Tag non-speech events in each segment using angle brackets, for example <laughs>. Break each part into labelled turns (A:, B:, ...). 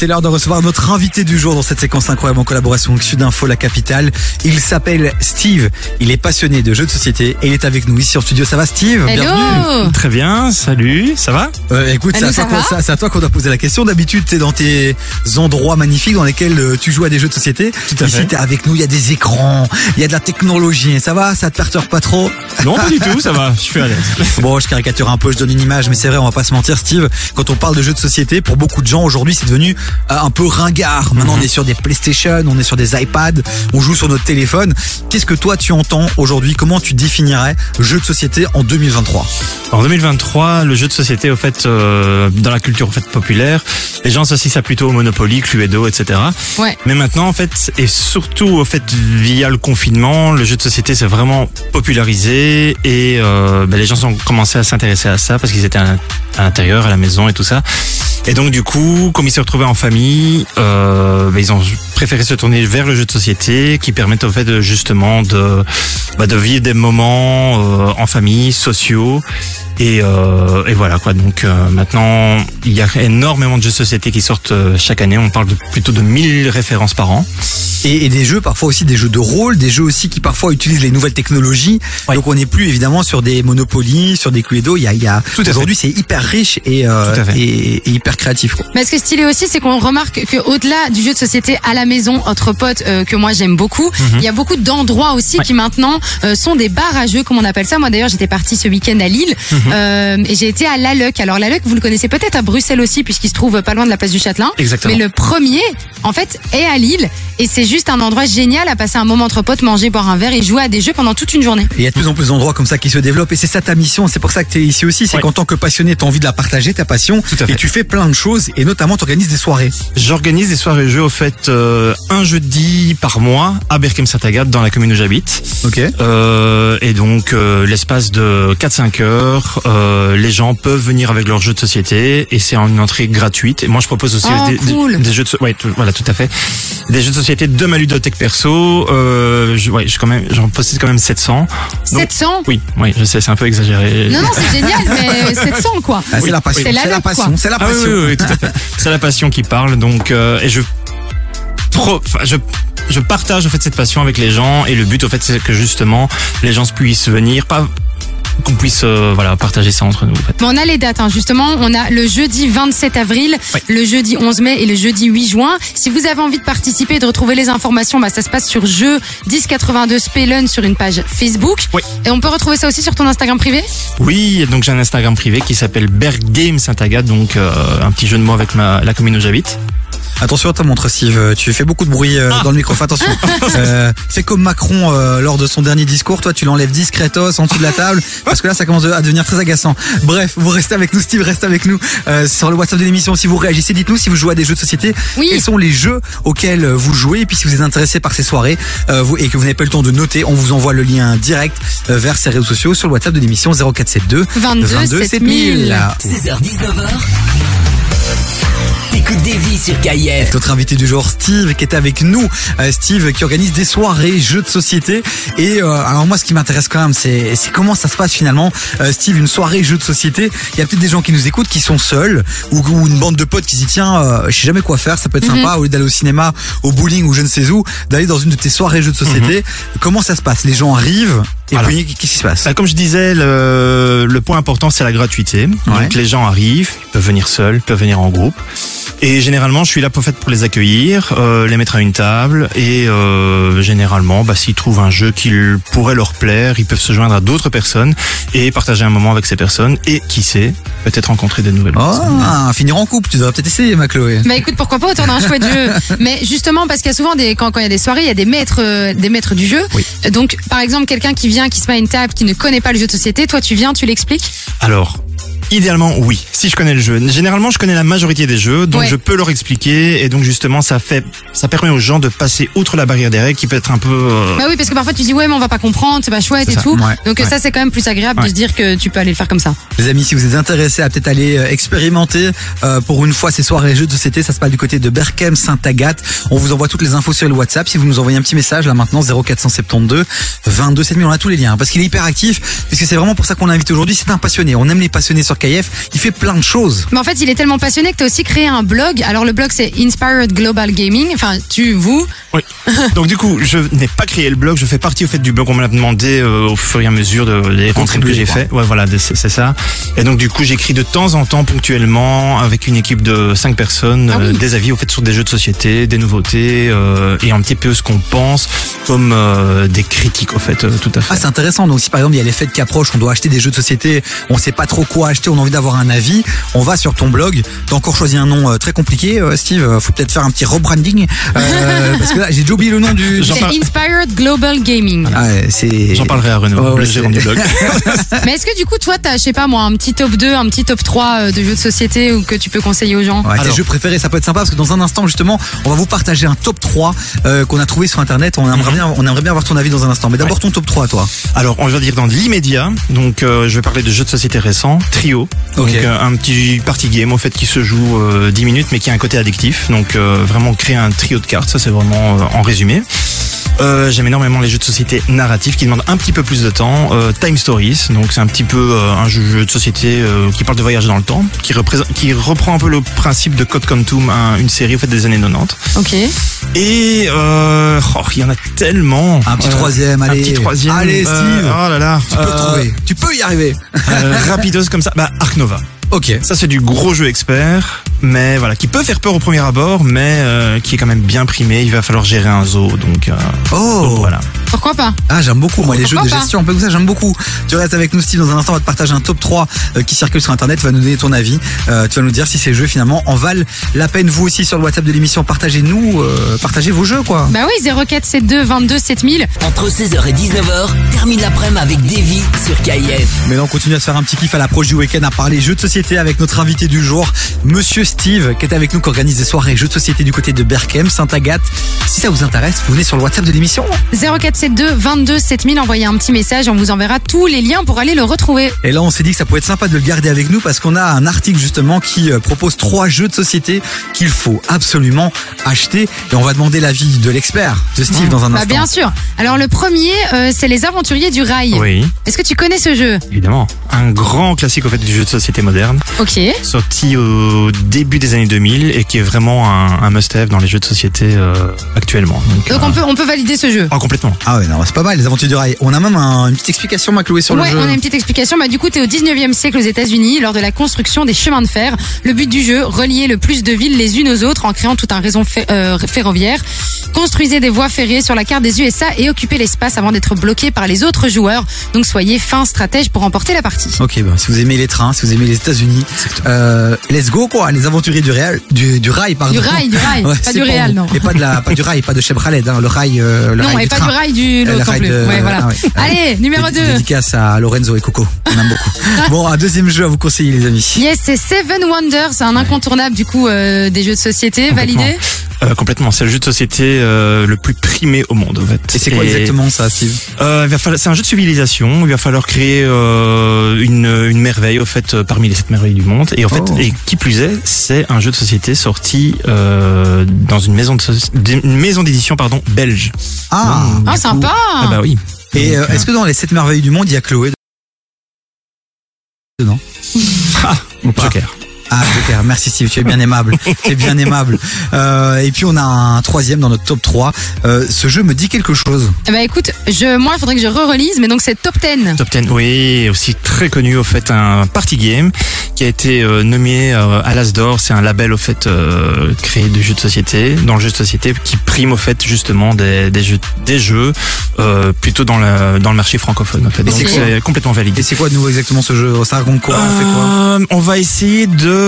A: C'est l'heure de recevoir notre invité du jour dans cette séquence incroyable en collaboration avec Sud Info, la capitale. Il s'appelle Steve. Il est passionné de jeux de société et il est avec nous ici en studio. Ça va, Steve
B: Hello
C: Très bien, salut, ça va
A: Euh, Écoute,
B: Ah,
A: c'est à,
B: nous,
A: toi
B: ça
A: qu'on-
B: va
A: c'est à- c'est à toi qu'on doit poser la question. D'habitude, t'es dans tes endroits magnifiques dans lesquels euh, tu joues à des jeux de société.
C: à
A: ici,
C: fait.
A: t'es avec nous. Il y a des écrans, il y a de la technologie. Ça va Ça te perturbe pas trop
C: Non,
A: <laughs>
C: pas du tout, ça va, je suis à l'aise.
A: Bon, je caricature un peu, je donne une image, mais c'est vrai, on va pas se mentir, Steve. Quand on parle de jeux de société, pour beaucoup de gens aujourd'hui, c'est devenu euh, un peu ringard. Maintenant, on est sur des PlayStation, on est sur des iPads, on joue sur notre téléphone. Qu'est-ce que toi tu entends aujourd'hui Comment tu définirais jeu de société en 2023
C: En 2023, le jeu de société, au fait, euh, dans la culture au fait populaire, les gens associent ça plutôt au Monopoly, Cluedo, etc.
B: Ouais.
C: Mais maintenant, en fait, et surtout au fait via le confinement, le jeu de société s'est vraiment popularisé et euh, ben, les gens ont commencé à s'intéresser à ça parce qu'ils étaient à à l'intérieur, à la maison et tout ça. Et donc du coup, comme ils se retrouvaient en famille, euh, ben, ils ont préféré se tourner vers le jeu de société qui permettent au fait de, justement de, bah, de vivre des moments euh, en famille, sociaux. Et, euh, et voilà quoi. Donc euh, maintenant, il y a énormément de jeux de société qui sortent euh, chaque année. On parle de plutôt de 1000 références par an.
A: et, et des jeux, parfois aussi des jeux de rôle, des jeux aussi qui parfois utilisent les nouvelles technologies.
C: Ouais.
A: Donc on n'est plus évidemment sur des Monopoly, sur des Cluedo. Il y a, il y a...
C: Tout à fait.
A: aujourd'hui, c'est hyper riche et, euh,
C: Tout à fait.
A: et, et hyper créatif. quoi.
B: Mais ce qui est stylé aussi, c'est qu'on remarque que au-delà du jeu de société à la maison entre potes euh, que moi j'aime beaucoup, il y a beaucoup d'endroits aussi qui maintenant euh, sont des bars à jeux, comme on appelle ça. Moi d'ailleurs, j'étais partie ce week-end à Lille euh, et j'ai été à l'Alec. Alors l'Alec, vous le connaissez peut-être à Bruxelles aussi, puisqu'il se trouve pas loin de la place du Châtelain.
C: Exactement.
B: Mais le premier, en fait, est à Lille et c'est juste un endroit génial à passer un moment entre potes, manger, boire un verre et jouer à des jeux pendant toute une journée.
A: Et il y a de plus en plus d'endroits comme ça qui se développent. Et c'est ça ta mission. C'est pour ça que tu es ici aussi. C'est
C: Ouais.
A: qu'en tant que passionné, tu as envie de la partager, ta passion.
C: Tout à fait.
A: Et tu fais plein de choses. Et notamment, tu organises des soirées.
C: J'organise des soirées jeux au fait euh, un jeudi par mois à Berkem-Satagad dans la commune où j'habite.
A: Ok.
C: Euh, et donc euh, l'espace de 4-5 heures, euh, les gens peuvent venir avec leurs jeux de société et c'est une entrée gratuite. Et moi je propose aussi
B: Oh,
C: des, des-
B: cool.
C: des jeux de so- ouais, tout- voilà tout à fait des jeux de société de ma ludothèque perso. Euh, je, ouais, je quand même j'en possède quand même 700. Donc,
B: 700
C: Oui, oui, je sais, c'est un peu exagéré.
B: Non, non, c'est génial, mais 700 quoi.
A: Ah, c'est la passion.
B: C'est la
A: C'est la
B: luck,
A: passion.
B: quoi.
A: C'est la
C: Ah oui,
A: passion.
C: oui, oui, tout à fait. <laughs> C'est la passion qui parle, donc euh, et je pro, enfin, je je partage en fait cette passion avec les gens et le but au fait c'est que justement les gens puissent venir, pas qu'on puisse euh, voilà partager ça entre nous. En fait.
B: Mais on a les dates, hein. justement. On a le jeudi 27 avril,
C: Ouais.
B: le jeudi 11 mai et le jeudi 8 juin. Si vous avez envie de participer et de retrouver les informations, bah, ça se passe sur jeu 1082 Spelen sur une page Facebook.
C: Oui.
B: Et on peut retrouver ça aussi sur ton Instagram privé
C: Oui, et donc j'ai un Instagram privé qui s'appelle Berg Game Saint Agathe, donc euh, un petit jeu de mots avec ma, la commune où j'habite.
A: Attention à ta montre, Steve. Tu fais beaucoup de bruit euh, dans le micro. Fais attention. Euh, fais comme Macron euh, lors de son dernier discours. Toi, tu l'enlèves discretos en dessous de la table. Parce que là, ça commence à devenir très agaçant. Bref, vous restez avec nous, Steve. Reste avec nous euh, sur le WhatsApp de l'émission. Si vous réagissez, dites-nous si vous jouez à des jeux de société.
B: Oui.
A: Quels sont les jeux auxquels vous jouez Et puis, si vous êtes intéressé par ces soirées euh, vous, et que vous n'avez pas le temps de noter, on vous envoie le lien direct euh, vers ses réseaux sociaux sur le WhatsApp de l'émission 0472
B: 22 7000.
D: 16h19h. T'écoutes des vies sur KIF.
A: Notre invité du jour, Steve, qui est avec nous. Euh, Steve, qui organise des soirées, jeux de société. Et euh, alors moi, ce qui m'intéresse quand même, c'est c'est comment ça se passe finalement. Euh, Steve, une soirée, jeux de société. Il y a peut-être des gens qui nous écoutent, qui sont seuls, ou, ou une bande de potes qui se dit tiens, euh, je sais jamais quoi faire. Ça peut être sympa au lieu d'aller au cinéma, au bowling ou je ne sais où, d'aller dans une de tes soirées jeux de société. Comment ça se passe Les gens arrivent. Et
C: Alors.
A: puis qu'est-ce qui se passe
C: Bah, comme je disais, le, le point important c'est la gratuité.
A: Ouais.
C: Donc les gens arrivent, ils peuvent venir seuls, ils peuvent venir en groupe. Et généralement, je suis là pour, fait, pour les accueillir, euh, les mettre à une table. Et euh, généralement, bah, s'ils trouvent un jeu qui l- pourrait leur plaire, ils peuvent se joindre à d'autres personnes et partager un moment avec ces personnes. Et qui sait, peut-être rencontrer de nouvelles
A: Oh,
C: personnes.
A: finir en couple, tu devrais peut-être essayer, ma Chloé.
B: Bah écoute, pourquoi pas autour d'un chouette
C: <laughs>
B: jeu Mais justement, parce qu'il y a souvent des quand quand il y a des soirées, il y a des maîtres euh, des maîtres du jeu.
C: Oui.
B: Donc par exemple, quelqu'un qui vient, qui se met à une table, qui ne connaît pas le jeu de société, toi tu viens, tu l'expliques
C: Alors, idéalement, oui. Si je connais le jeu. Généralement, je connais la majorité des jeux, donc
B: Ouais.
C: je peux leur expliquer. Et donc, justement, ça fait, ça permet aux gens de passer outre la barrière des règles qui peut être un peu. euh,
B: Bah oui, parce que parfois tu dis ouais, mais on va pas comprendre, c'est pas chouette
C: C'est
B: et
C: ça,
B: tout.
A: ouais,
B: Donc euh,
C: ouais.
B: ça c'est quand même plus agréable de
C: Ouais.
B: se dire que tu peux aller le faire comme ça.
A: Les amis, si vous êtes intéressés à peut-être aller euh, expérimenter euh, pour une fois ces soirées jeux de société, ça se passe du côté de Berkem Saint-Agathe. On vous envoie toutes les infos sur le WhatsApp. Si vous nous envoyez un petit message là maintenant 0472 22 7000, on a tous les liens hein, parce qu'il est hyper actif. Parce que c'est vraiment pour ça qu'on l'invite aujourd'hui. C'est un passionné. On aime les passionnés sur KF. Il fait plein de choses.
B: Mais en fait, il est tellement passionné que tu as aussi créé un blog. Alors, le blog, c'est Inspired Global Gaming. Enfin, tu, vous.
C: Oui. Donc du coup, je n'ai pas créé le blog, je fais partie au fait du blog. On me l'a demandé euh, au fur et à mesure de, des rentrées que
A: Contribuer,
C: j'ai
A: quoi.
C: fait. Ouais, voilà, de- c'est c'est ça. Et donc du coup, j'écris de temps en temps, ponctuellement, avec une équipe de cinq personnes,
B: Ah oui.
C: euh, des avis au fait sur des jeux de société, des nouveautés euh, et un petit peu ce qu'on pense, comme euh, des critiques au fait, euh, tout à fait.
A: Ah, c'est intéressant. Donc, si par exemple il y a les fêtes qui approchent, on doit acheter des jeux de société, on sait pas trop quoi acheter, on a envie d'avoir un avis, on va sur ton blog. T'as encore choisi un nom euh, très compliqué, euh, Steve. Euh, Faut peut-être faire un petit rebranding euh, <laughs> parce que là, j'ai déjà oublié le nom du.
C: J'en
B: C'est
C: parle-
B: Inspired Global Gaming.
A: Ah, ouais, c'est.
C: J'en parlerai à Renaud,
A: Ouais, ouais,
C: le
A: c'est-
C: gérant du
A: <laughs>
C: blog.
B: Mais est-ce que du coup, toi, t'as, je sais pas moi, un petit top 2, un petit top 3 euh, de jeux de société ou que tu peux conseiller aux gens
A: Ouais, tes
C: Alors.
A: jeux préférés, ça peut être sympa parce que dans un instant justement, on va vous partager un top 3 euh, qu'on a trouvé sur internet. On
C: Mhm.
A: aimerait bien, on aimerait bien avoir ton avis dans un instant. Mais d'abord ton top 3 toi.
C: Alors, on va dire dans l'immédiat. Donc, euh, je vais parler de jeux de société récents, Trio. Donc,
A: Ok.
C: euh, un petit party game, au fait, qui se joue euh, 10 minutes, mais qui a un côté addictif. Donc, euh, vraiment créer un trio de cartes, ça, c'est vraiment euh, en résumé. Euh, J'aime énormément les jeux de société narratifs qui demandent un petit peu plus de temps. Euh, Time Stories, donc c'est un petit peu euh, un jeu, jeu de société euh, qui parle de voyage dans le temps, qui, représente- qui reprend un peu le principe de Code Quantum, un- une série au fait des années 90.
B: Ok.
C: Et euh, oh, il y en a tellement.
A: Un petit
C: Euh,
A: troisième, allez.
C: un petit troisième.
A: Allez, Steve.
C: Euh, oh là là.
A: tu peux le trouver. Tu peux y arriver. <laughs>
C: rapidos comme ça. Bah, Ark Nova.
A: Ok.
C: Ça, c'est du gros jeu expert, mais voilà, qui peut faire peur au premier abord, mais euh, qui est quand même bien primé. Il va falloir gérer un zoo, donc, euh, donc
A: Oh.
C: voilà.
B: Pourquoi pas
A: Ah, j'aime beaucoup, moi, les jeux de
B: Pourquoi pas
A: gestion, un peu comme ça, j'aime beaucoup. Tu restes avec nous, Steve, dans un instant, on va te partager un top 3 euh, qui circule sur Internet, tu vas nous donner ton avis, Euh, tu vas nous dire si ces jeux, finalement, en valent la peine. Vous aussi, sur le WhatsApp de l'émission, partagez-nous, euh, partagez vos jeux, quoi.
B: Bah oui, 0472 22 7000.
D: Entre 16h et 19h, termine l'après-midi avec Davy sur KIF.
A: Mais là, on continue à se faire un petit kiff à l'approche du week-end, à parler jeux de société avec notre invité du jour, Monsieur Steve, qui est avec nous, qui organise des soirées jeux de société du côté de Berkem, Sainte-Agathe. Si ça vous intéresse, vous venez sur le WhatsApp de l'émission.
B: 0472 22 7000. Envoyez un petit message, on vous enverra tous les liens pour aller le retrouver.
A: Et là, on s'est dit que ça pouvait être sympa de le garder avec nous parce qu'on a un article justement qui euh, propose trois jeux de société qu'il faut absolument acheter. Et on va demander l'avis de l'expert, de Steve, dans un
B: Bah
A: instant.
B: bien sûr. Alors le premier, euh, c'est les aventuriers du rail.
C: Oui,
B: Est-ce que tu connais ce jeu
C: évidemment. Un grand classique, au fait, du jeu de société moderne,
B: Ok.
C: sorti au début des années 2000 et qui est vraiment un, un must-have dans les jeux de société euh, actuellement. Donc,
B: Donc
C: euh,
B: on peut, on peut valider ce jeu.
C: oh, complètement.
A: Ah ouais, non, c'est pas mal, les aventures du rail. On a même un- une petite explication, ma Chloé, sur
B: ouais,
A: le jeu.
B: on a une petite explication. Bah, du coup, t'es au 19e siècle aux États-Unis, lors de la construction des chemins de fer. Le but du jeu, relier le plus de villes les unes aux autres en créant tout un réseau fer- euh, ferroviaire. Construisez des voies ferrées sur la carte des USA et occupez l'espace avant d'être bloqué par les autres joueurs. Donc, soyez fin stratège pour remporter la partie.
A: Ok, ben, si vous aimez les trains, si vous aimez les États-Unis, euh, let's go quoi, les aventuriers du, réal, du, du rail, pardon.
B: Du
A: <laughs>
B: rail, du rail,
A: Ah, Ouais,
B: pas
A: c'est
B: du réal,
A: bon.
B: non.
A: Et pas, de la, pas du rail, pas de Chebraled, hein, le rail, euh, le
B: non,
A: rail
B: et
A: du
B: pas
A: train.
B: du rail du
A: Euh, le
B: l'autre en
A: rail
B: plus.
A: de-
B: Ouais,
A: ah
B: voilà.
A: ouais.
B: Allez, numéro
A: Dédi-
B: 2.
A: Dédicace à Lorenzo et Coco, on aime
B: <laughs>
A: beaucoup. bon, un deuxième jeu à vous conseiller les amis.
B: Yes, c'est Seven Wonders, un incontournable du coup euh, des jeux de société, validé.
C: Euh, complètement. C'est le jeu de société euh, le plus primé au monde, en fait.
A: Et c'est quoi
C: exactement
A: exactement ça, Steve
C: Euh, il va falloir- c'est un jeu de civilisation. Il va falloir créer euh, une, une merveille au fait euh, parmi les sept merveilles du monde. Et en fait,
A: Oh.
C: et qui plus est, c'est un jeu de société sorti euh, dans une maison de soci- une maison d'édition pardon belge.
A: Ah,
C: Mmh.
B: Ah,
A: du coup.
B: sympa.
C: Ah bah oui.
A: Et euh,
C: Donc,
A: est-ce que dans les 7 merveilles du monde, il y a Chloé dedans
C: euh, Joker.
A: Ah, super, merci Steve, tu es bien <laughs> aimable. tu es bien aimable. Euh, et puis on a un troisième dans notre top 3. Euh, ce jeu me dit quelque chose.
B: Eh Bah écoute, je, moi, il faudrait que je re-relise, mais donc c'est top
A: <laughs>
B: 10.
C: Top 10, oui, aussi très connu au fait un party game qui a été euh, nommé euh, à l'As d'Or, c'est un label au fait euh, créé de jeux de société, dans le jeu de société qui prime au fait justement des, des jeux, des jeux euh, plutôt dans, la, dans le marché francophone. En fait. Donc
A: c'est quoi
C: c'est complètement validé.
A: Et c'est quoi de nouveau exactement ce jeu Ça raconte quoi On fait quoi
C: Euh, on va essayer de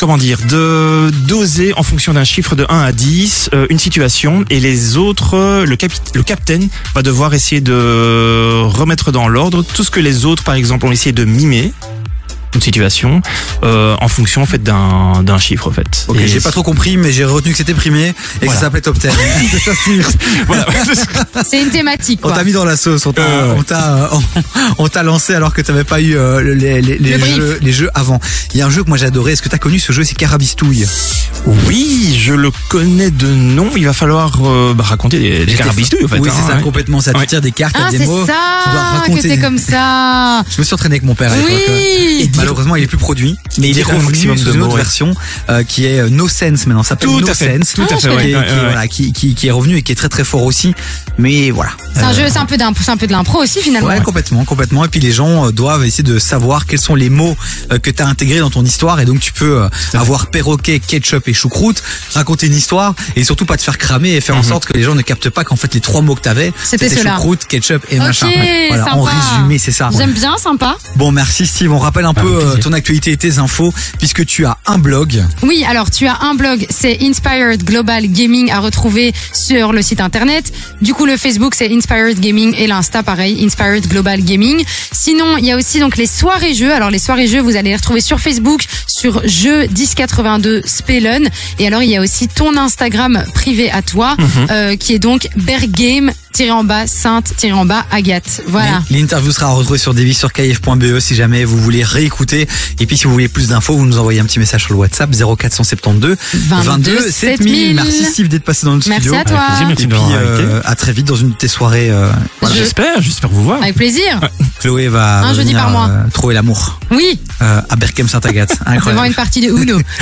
C: comment dire de doser en fonction d'un chiffre de 1 à 10 euh, une situation et les autres euh, le capit- le capitaine va devoir essayer de remettre dans l'ordre tout ce que les autres par exemple ont essayé de mimer une situation euh, en fonction en fait d'un d'un chiffre en fait.
A: Ok,
C: Et
A: j'ai pas trop compris, mais j'ai retenu que c'était primé et que
C: Voilà.
A: ça s'appelait Top
C: <laughs>
A: 10. c'est ça, Steve.
C: voilà.
B: C'est une thématique.
A: On
B: Quoi.
A: t'a Oh, mis dans la sauce, on t'a,
C: Euh, ouais.
A: on t'a, euh, <laughs> on t'a lancé alors que t'avais pas eu euh, les, les, les
B: Le brief.
A: jeux, les jeux avant. Il y a un jeu que moi j'adorais. Est-ce que t'as connu ce jeu C'est Carabistouille.
C: oui, je le connais de nom. Il va falloir euh, bah, raconter des, des
A: J'étais
C: carabistouilles, en fait.
A: Oui,
C: hein,
A: c'est ça,
C: ouais.
A: complètement. Ça te
C: Ouais.
A: tire des cartes,
B: Ah,
A: t'as des
B: c'est
A: mots. tu dois
B: ça que
A: raconter
B: t'es
A: des-
B: comme ça.
A: Je me suis entraîné avec mon père à l'époque.
B: Oui.
A: Et Malheureusement, il est plus produit, mais il est
C: Dire un
A: revenu
C: maximum
A: sous
C: de
A: une
C: mots,
A: autre
C: ouais.
A: version euh, qui est euh, No Sense maintenant. Ça s'appelle
C: Tout
A: No
C: à fait,
A: Sense,
C: tout à fait,
A: qui,
C: ouais,
A: est-
C: ouais,
A: qui,
C: ouais.
A: voilà, qui- qui- qui est revenu et qui est très très fort aussi. Mais voilà.
B: C'est un
A: Euh,
B: jeu, c'est un peu d'impro, c'est un peu de l'impro aussi finalement.
A: Ouais, complètement, complètement. Et puis les gens euh, doivent essayer de savoir quels sont les mots euh, que tu as intégrés dans ton histoire. Et donc tu peux euh, avoir perroquet, ketchup et choucroute, raconter une histoire et surtout pas te faire cramer et faire en sorte que les gens ne captent pas qu'en fait les trois mots que t'avais,
B: Mhm. C'était
A: c'était
B: ceux-là.
A: choucroute, ketchup et
B: Ok,
A: machin. Voilà, en
B: sympa.
A: résumé, c'est ça.
B: J'aime bien, sympa.
A: Bon, merci Steve. On rappelle un peu euh, ton actualité et tes infos puisque tu as un blog.
B: Oui, alors tu as un blog, c'est Inspired Global Gaming à retrouver sur le site internet. Du coup, le Facebook, c'est Inspired Gaming et l'Insta, pareil, Inspired Global Gaming. Sinon, il y a aussi donc les soirées jeux. Alors les soirées jeux, vous allez les retrouver sur Facebook, sur jeux 1082 Spelen. Et alors, il y a aussi ton Instagram privé à toi,
A: Mhm.
B: euh, qui est donc Bergame tiré en bas, Sainte tiré en bas, Agathe. Voilà.
A: Mais L'interview sera retrouvée sur devisurkf.be si jamais vous voulez réécouter. Et puis si vous voulez plus d'infos, vous nous envoyez un petit message sur le WhatsApp 0472
B: 22 7000.
A: Merci Steve d'être passé dans notre
B: Merci
A: studio.
B: à toi.
C: Avec
A: Et
C: plaisir, merci de
A: puis
C: m'avoir invité.
A: euh, à très vite dans une de tes soirées. euh,
C: Voilà,
B: Je-
C: J'espère, j'espère vous voir.
B: Avec plaisir.
A: Chloé va
B: Un jeudi
A: venir,
B: par mois.
A: euh, trouver l'amour
B: Oui,
A: euh, à Berkem Saint-Agathe.
B: <laughs> devant
A: Incroyable.
B: une partie de Uno.